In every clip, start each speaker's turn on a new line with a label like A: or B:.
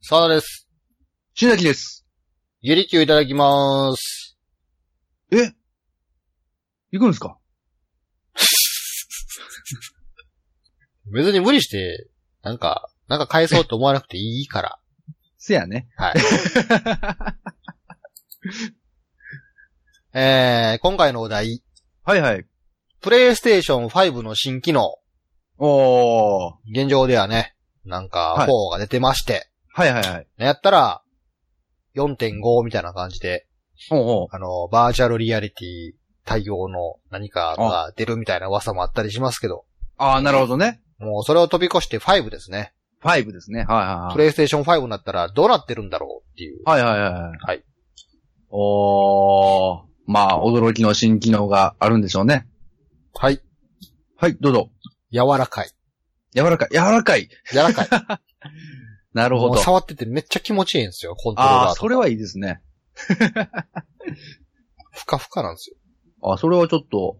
A: 沢田です。
B: しなきです。
A: ゆりきゅういただきまーす。
B: え行くんですか
A: 別に無理して、なんか、なんか返そうと思わなくていいから。
B: せやね。
A: はい。えー、今回のお題、
B: はいはい。
A: プレイステーション5の新機能。
B: おー。
A: 現状ではね、なんか
B: はい
A: 4が出てまして、
B: はいはいはい。
A: やったら、4.5みたいな感じで、
B: おうおう
A: あの、バーチャルリアリティ対応の何かが出るみたいな噂もあったりしますけど、
B: あー、なるほどね。
A: もうそれを飛び越して5ですね。
B: 5ですね。はい
A: プ
B: はい
A: レイステーション5になったらどうなってるんだろうっていう。
B: はい。はいはいはい。
A: はい。
B: おー。まあ、驚きの新機能があるんでしょうね。
A: はい。
B: はい、どうぞ。
A: 柔らかい。
B: 柔らかい。柔らかい。
A: 柔らかい。
B: なるほ
A: もう
B: ど。
A: 触っててめっちゃ気持ちいいんですよ、コントローラーと
B: あ
A: か
B: ー、それはいいですね。
A: ふかふかなんですよ。
B: あ、それはちょっと。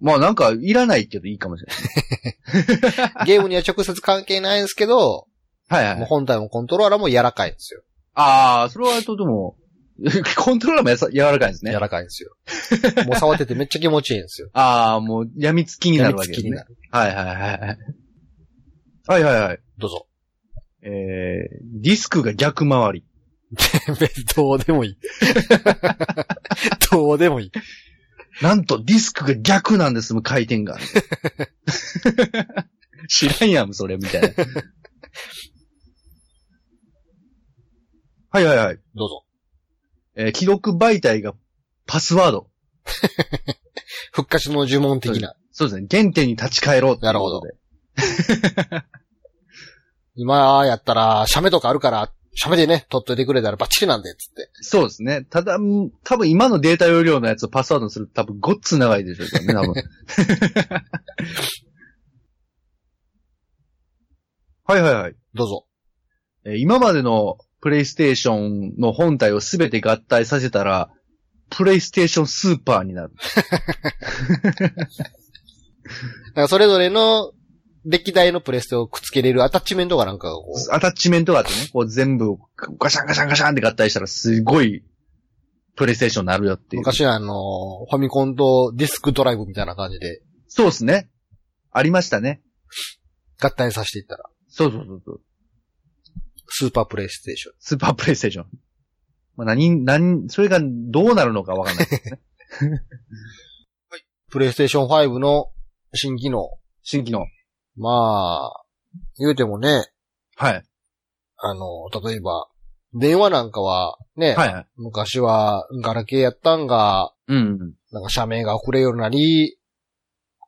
B: まあなんか、いらないけどいいかもしれ
A: ゲームには直接関係ないんですけど、
B: ない。はい
A: も
B: は
A: う
B: い。
A: 本体もコントローラーも柔らかいんですよ。
B: あー、それはとても、 コントローラーもやさ柔らかいですね
A: 柔。らかいんですよ。もう触っててめっちゃ気持ちいいん ですよ。
B: ああ、もう、病みつきになるわけ
A: や
B: で
A: みつきに
B: すね
A: な。る。
B: はいはいはいはい。はいはいはい。
A: ど うぞ。
B: えー、ディスクが逆回り。
A: どうでもいい。 どうでもいい。
B: なんと、ディスクが逆なんです、もう回転が。 知らんやん、それ、みたいな。 はいはいはい。
A: どうぞ。
B: えー、記録媒体がパスワード。
A: 復活の呪文的な。
B: そうですね。原点に立ち返ろうっていうことで。
A: 今やったら、シャメとかあるから、シャメでね、取っといてくれたらバッチリなんで、つって。
B: そうですね。ただ、ん多分今のデータ容量のやつをパスワードにすると多分ごっつ長いでしょうからね、多分。 はいはいはい。
A: どうぞ。
B: えー今までのプレイステーションの本体をすべて合体させたら、プレイステーションスーパーになる。
A: だからそれぞれの、歴代のプレステをくっつけれるアタッチメントがなんかこう、
B: アタッチメントがあってね、こう全部をガシャンガシャンガシャンって合体したらすごいプレイステーションになるよっていう。
A: 昔はあの、ファミコンとディスクドライブみたいな感じで
B: そうですね。ありましたね。
A: 合体させていったら、
B: そうそうそうそう。
A: スーパープレイステーション。
B: スーパープレイステーション。まあ、何、何、それがどうなるのかわ かんない。
A: プレイステーション5の新機能。
B: 新機能。
A: まあ、言うてもね、
B: はい。
A: あの、例えば、電話なんかはね、
B: はいはい。
A: 昔はガラケーやったんが、
B: うん。
A: なんか社名が遅れるようになり、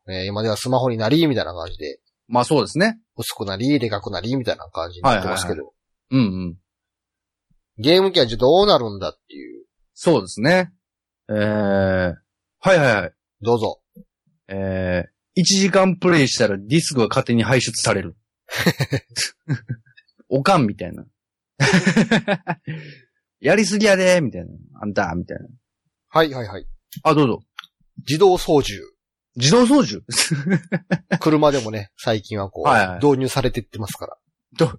A: えー今ではスマホになり、みたいな感じで、
B: まあそうですね。
A: 薄くなり、でかくなり、みたいな感じになってますけど、
B: うんうん。
A: ゲーム機はじゃあどうなるんだっていう。
B: そうですね。えー、はいはいはい。
A: どうぞ。
B: えー、1時間プレイしたらディスクが勝手に排出さ れる。おかんみた いな。やりすぎやでみたいな。あんたみたいな。
A: はいはいはい。
B: あ、どうぞ。
A: 自動操縦。
B: 自動操縦
A: 車でもね、最近はこう、
B: はいはい
A: 導入されてってますから。
B: ど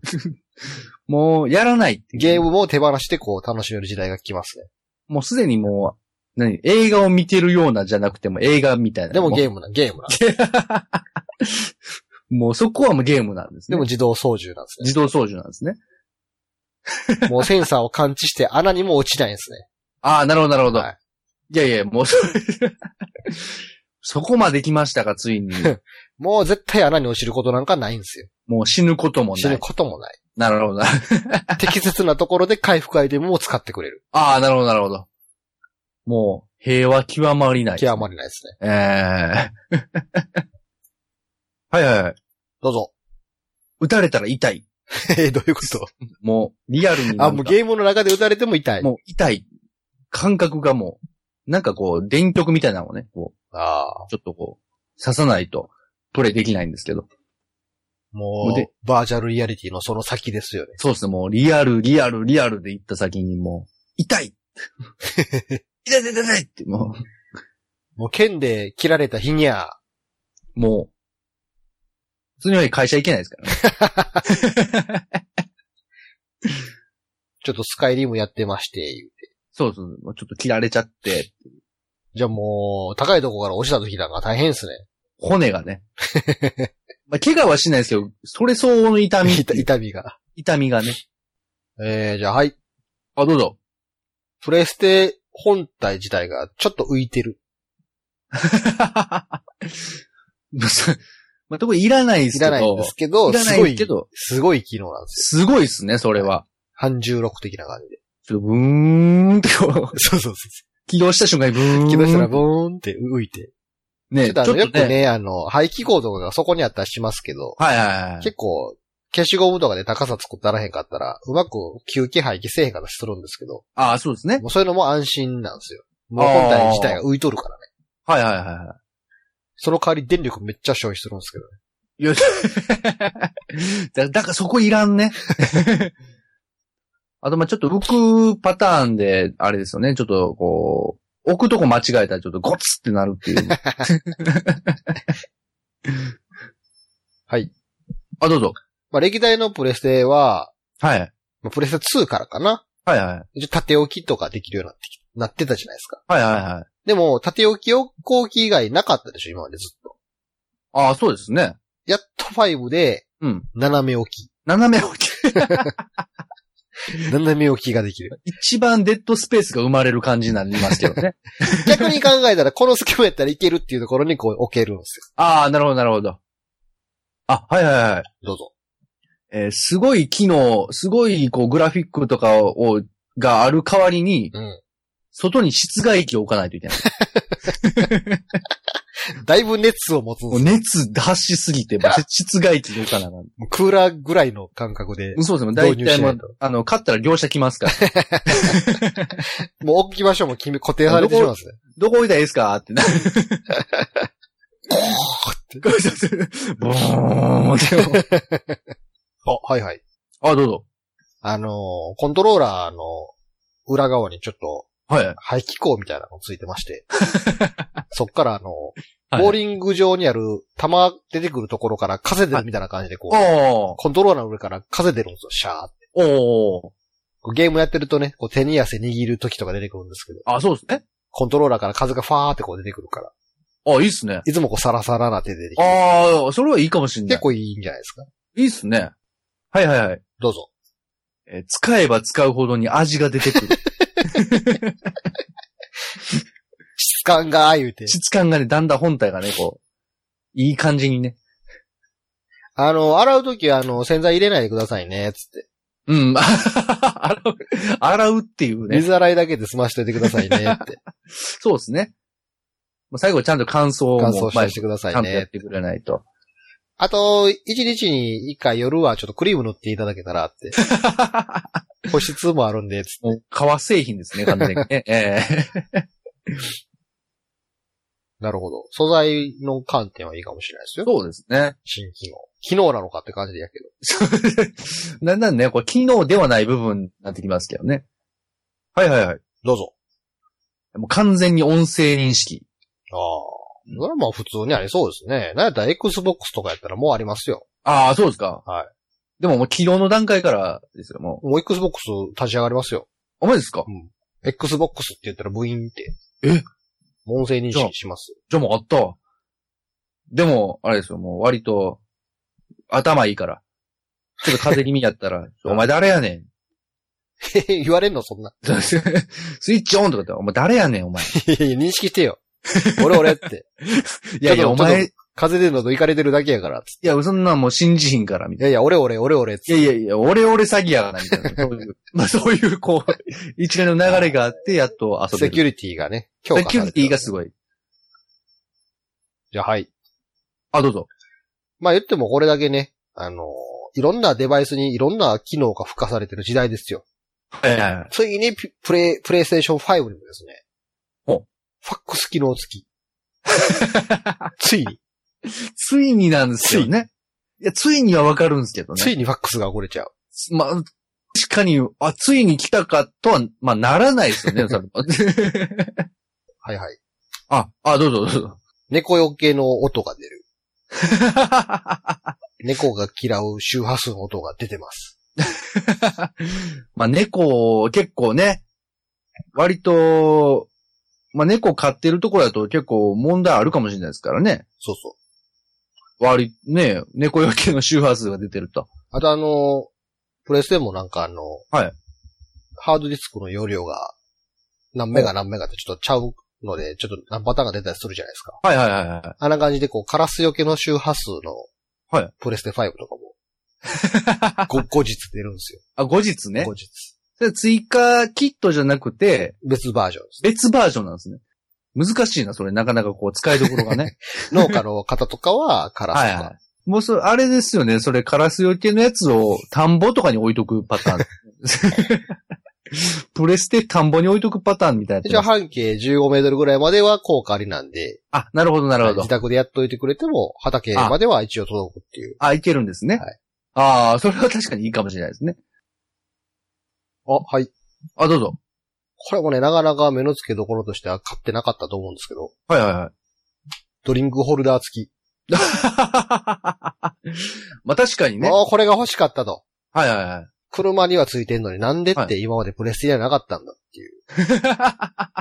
B: もう、やらないっていう
A: ゲームも手放してこう、楽しめる時代が来ますね。
B: もうすでにもう、何映画を見てるようなじゃなくても映画みたいな。
A: でも
B: も
A: ゲームな、ゲームな。
B: うもうそこはもうゲームなんです
A: で
B: ね。
A: も自動操縦なんです
B: 自動操縦なんですね。
A: ね。もうセンサーを感知して穴にも落ちないんですね。
B: ああ、なるほど、なるほど。
A: はい
B: い、やいや、もうそれ そこまで来ましたか、ついに。
A: もう絶対穴に落ちることなんかないんですよ。
B: もう死ぬことも
A: 死
B: な
A: ぬ
B: い。
A: こともない。
B: なるほどな。
A: 適切なところで回復アイテムを使ってくれ る。
B: ああ、なるほど、なるほど。もう、平和極まりない。
A: 極まりないですね。
B: ええはいはいはい。
A: どうぞ。
B: 撃たれたら痛い。
A: えー、どういうこと
B: もう、リアルになんか。
A: あ、もうゲームの中で撃たれても痛い。
B: もう痛い感覚がもう、なんかこう、電極みたいなのをね、こ
A: ああ。
B: う、ちょっとこう、刺さないと、プレイできないんですけど。
A: も
B: で
A: う、バーチャルリアリティのその先ですよね。
B: そうですね、もう、リアル、リアル、リアルで行った先にもう、痛い痛い痛い痛いって、も
A: もう剣で切られた日にゃ、
B: う、もう、普通には会社行けないですからね。
A: ちょっとスカイリムやってまして、言うて
B: そうそう、まあちょっと切られちゃって、
A: じゃあもう、高いとこから落ちた時だから大変っすね。
B: 骨 がね。まあ、怪我はしないですけど、それ相応の痛み、
A: 痛 痛みが。
B: 痛みがね。
A: えー、じゃあはい。
B: あ、どうぞ。
A: プレステ本体自体がちょっと浮いてる。
B: まあそまあ、特にいらないです
A: い
B: け
A: らないん
B: ど
A: で、すけど、
B: いらな
A: す
B: い
A: ご
B: です
A: い
B: け、ど
A: すごい機能なんですよ。
B: すごいですね、それは。
A: 半重力的な感じ で。
B: ちょっとブーンってこう、
A: そうそうそ
B: 起動した瞬間にブーン。
A: う。起動したらボーンって浮いて。
B: ね、
A: ち
B: ち
A: ょっと
B: ょっ
A: あ
B: と
A: の、よく
B: ね。
A: ね、あの、排気口とかがそこにあったりしますけど、
B: はいはいはい。
A: 結構、消しゴムとかで高さ作ってらへんかったら、うまく吸気排気せえへんかったりするんですけど、
B: ああ、そうですね。
A: もうそういうのも安心なんですよ。もう本体自体が浮いとるからね。
B: はいはいはいは
A: その代わり電力めっちゃ消費するんですけどね。
B: い。い や、だだからそこいら んね。あと、ま、ちょっと浮くパターンで、あれですよね。ちょっと、こう、置くとこ間違えたらちょっとゴツってなるって いう。
A: はい。
B: あ、どうぞ。
A: まあ、歴代のプレステは、
B: はい。
A: まあプレステ2からかな。
B: はいはい。
A: 一応縦置きとかできるようになってきなってたじゃないですか。
B: はいはいはい。
A: でも、縦置き、横置き以外なかったでしょ、今までずっと。
B: ああ、そうですね。
A: やっと5で、
B: うん。
A: 斜め置き。
B: 斜め置き。
A: 斜め置きができる。
B: 一番デッドスペースが生まれる感じになりますけどね。
A: 逆に考えたら、この隙間やったらいけるっていうところにこう置けるんです
B: ああ、なるほどなるほど。あ、はいはいはい。
A: よ。どうぞ。
B: えーすごい機能、すごいこうグラフィックとかを、がある代わりに、
A: うん。
B: 外に室外機を置かないといけ ない。
A: だいぶ熱を持つんで
B: もう
A: すよ
B: 熱発しすぎて、 もう室外機を置かなあかん。
A: もうクーラーぐらいの感覚で、
B: そうですね。大
A: 導入
B: 体
A: しな
B: も
A: いうと、
B: あの、買ったら業者来ま すから。
A: もう置き場所も決め、固定されてしまうんですね。
B: どこ置いたらいいですかってなる。 ゴーって。ボーンって。
A: あ、はいはい。
B: あ、どうぞ。
A: あのーコントローラーの裏側にちょっと
B: はい。
A: 排気口みたいなのついてま して、そっからあの
B: はい
A: ボーリング場にある弾出てくるところから風出るみたいな感じでこう、
B: おー。
A: コントローラーの上から風出るんですよ、シャーって。
B: おー。
A: こうゲームやってるとね、こう手に汗握る時とか出てくるんですけど、
B: あ、そうですね。
A: コントローラーから風がファーってこう出てくるから、
B: あ、いいっすね。
A: いつもこうサラサラな手でできる。
B: ああ、それはいいかもしんない。
A: 結構いいんじゃないですか。
B: いいっすね。はいはいはい。
A: どうぞ。
B: えー使えば使うほどに味が出てくる。
A: 質感があ言うて。
B: 質感がね、だんだん本体がね、こう、いい感じにね。
A: あの、洗うときは、あの、洗剤入れないでくださいね、つって。
B: うん。 洗う、洗うっていうね。
A: 水洗いだけで済ましといてくださいね、って。
B: そうですね。まあ最後ちゃんと乾 燥も、
A: 乾燥し
B: ま
A: と
B: あ
A: いてくださ
B: ちゃ
A: い
B: んとやっ
A: ね。
B: てくれないと。
A: あと、一日に一回夜はちょっとクリーム塗っていただけたら、 って。保湿もあるんで、つって。
B: もう革製品 ですね、完全にね。ええ
A: なるほど。素材の観点はいいかもしれないですよ。
B: そうですね。
A: 新機能。機能なのかって感じでやけど。
B: だんだんね、これ機能ではない部分になってきますけどね。はいはいはい。
A: どうぞ。
B: もう完全に音声認識。
A: ああ。それはまあ普通にありそうですね。なんやったら Xbox とかやったらもうありますよ。
B: ああ、そうですか。。
A: はい
B: でももう起動の段階からですよ、もう。
A: もう Xbox 立ち上がりますよ。
B: あ、マジですか
A: Xbox って言ったらブイーンって。
B: え
A: 音声認
B: じゃあ
A: 識します。
B: じゃあもうあったわ。でも、あれですよ、もう割と、頭いいから。ちょっと風邪気味やった ら、お前誰やねん。
A: 言われんのそんな。
B: スイッチオンとか言ったら、お前誰やねん、お 前。い
A: いやいや、認識してよ。俺俺って。
B: やい
A: ち
B: や、
A: ょ
B: お
A: っと
B: 前、い
A: 風邪出るのと行かれてるだけやから。つっ
B: や、そんなんもう信じひんから、み
A: て
B: た
A: いや
B: い
A: いや、俺俺俺俺っつ
B: な。
A: って。
B: いやいやいや、俺俺詐欺やから、みたいな。そういう まあそういう、こう、一連の流れがあって、やっと遊べ
A: セ
B: る。
A: キュリティがね、強化
B: セキュリティがす
A: い。
B: ごい。
A: じゃあはい。
B: あ、どうぞ。
A: まあ言ってもこれだけね、あのーいろんなデバイスにいろんな機能が付加されてる時代ですよ。
B: はいはいはい。
A: ついにピプレイ、プレイステーション5にもですね。
B: ほう
A: ファックス機能付き。 ついに、
B: ついになんですよね。いや、ついにはわかるんですけどね。
A: ついにファックスが遅れちゃう。
B: まあ、確かに、あ、ついに来たかとは、まあ、ならないで すよね、多分
A: はいはい。
B: あ、あ、どうぞど うぞ。
A: 猫よけの音が出る。猫が嫌う周波数の音が出てます。
B: まあ猫、結構ね、割と、まあ猫飼ってるところだと結構問題あるかもしれないですからね。
A: そうそう。
B: 割、ね、猫よけの周波数が出てると。
A: あとあの、プレステもなんかあの、
B: はい
A: ハードディスクの容量が何メガ何メガってちょっとちゃうので、ちょっと何パターンが出たりするじゃないですか。
B: はいはいはいはい。
A: あんな感じでこう、カラスよけの周波数の、
B: はい
A: プレステ5とかも、 ご後日出るんですよ。
B: あ、後日ね
A: 後。日。
B: それ追加キットじゃなくて、
A: 別バージョンです。
B: 別バージョンなんですね。難しいな、それ。なかなかこう、使いどころがね。
A: 農家の方とかはカラスとか。
B: はいはい。もうそれ、あれですよね。それ、カラスよけのやつを田んぼとかに置いとくパ ターン。プレステ田んぼに置いとくパターンみたいな
A: 一応
B: やつ。
A: 半径15メートルぐらいまでは効果ありなんで、
B: あ、なるほど、なるほど
A: 自。宅でやっといてくれても、畑までは一応届くっていう。
B: あ、いけるんですね。
A: はい
B: ああ、それは確かにいいかもしれないですね。
A: あ、はい。
B: あ、どうぞ。
A: これもね、なかなか目の付けどころとしては買ってなかったと思うんですけど、
B: はいはいはい。
A: ドリンクホルダー付き。
B: まあ確かにね。
A: もうこれが欲しかったと。
B: はいはいはい。
A: 車には付いてんのになんでっ
B: は
A: て今までプレステじゃなかったんだっていう。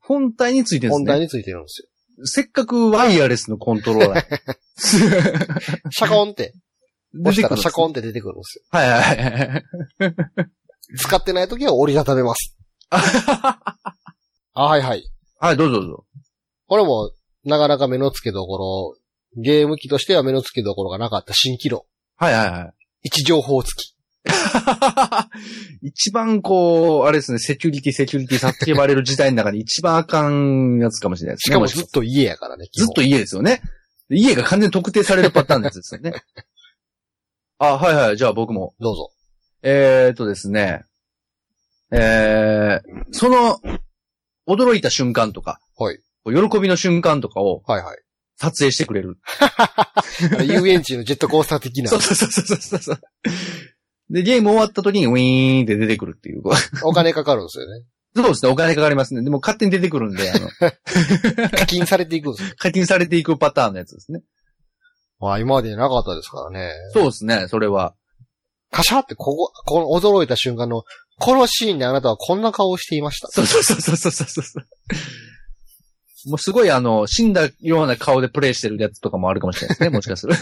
B: 本体についてるんです
A: 本
B: ね。
A: 体に付いてるんですよ。
B: せっかくワイヤレスのコントロー ラー。
A: シャコンって、
B: 出
A: 押してた
B: く
A: ら
B: るんです
A: シャコンって出てくるんですよ。
B: はいはいはい。
A: 使ってない時は折りたため ます。あ、はいはい。
B: はい、どうぞどうぞ。
A: これも、なかなか目の付けどころ、ゲーム機としては目の付けどころがなかった新機能。
B: はいはいはい。
A: 位置情報付き。
B: 一番こう、あれですね、セキュリティ、セキュリティ叫ばれる時代の中で一番あかんやつかもしれないです
A: し
B: ね。
A: かも
B: し
A: ずっと家やからね。
B: ずっと
A: 基
B: 家ですよね。家が完全に特定されるパターンのやつですよね。 あ、はいはい。じゃあ僕も。
A: 本。どうぞ。
B: えー、っとですね。えー、その、驚いた瞬間とか、
A: はい
B: 喜びの瞬間とかを
A: はいはい。
B: 撮影してくれる。
A: あの遊園地のジェットコースター的な
B: そうそうそうそうそうそう。で、ゲーム終わった時にウィーンって出てくるっていう。
A: お金かかるんですよね。
B: そうですね、お金かかりますね。でも勝手に出てくるんで、あの、
A: 課金されていくんですよ。
B: 課金されていくパターンのやつですね。
A: まあ今までになかったですからね。
B: そうですね、それは。
A: カシャってここ、この驚いた瞬間の、このシーンであなたはこんな顔をしていました。
B: そうそうそうそうそうそうそう。もうすごいあの、死んだような顔でプレイしてるやつとかもあるかもしれないですね、もしかする。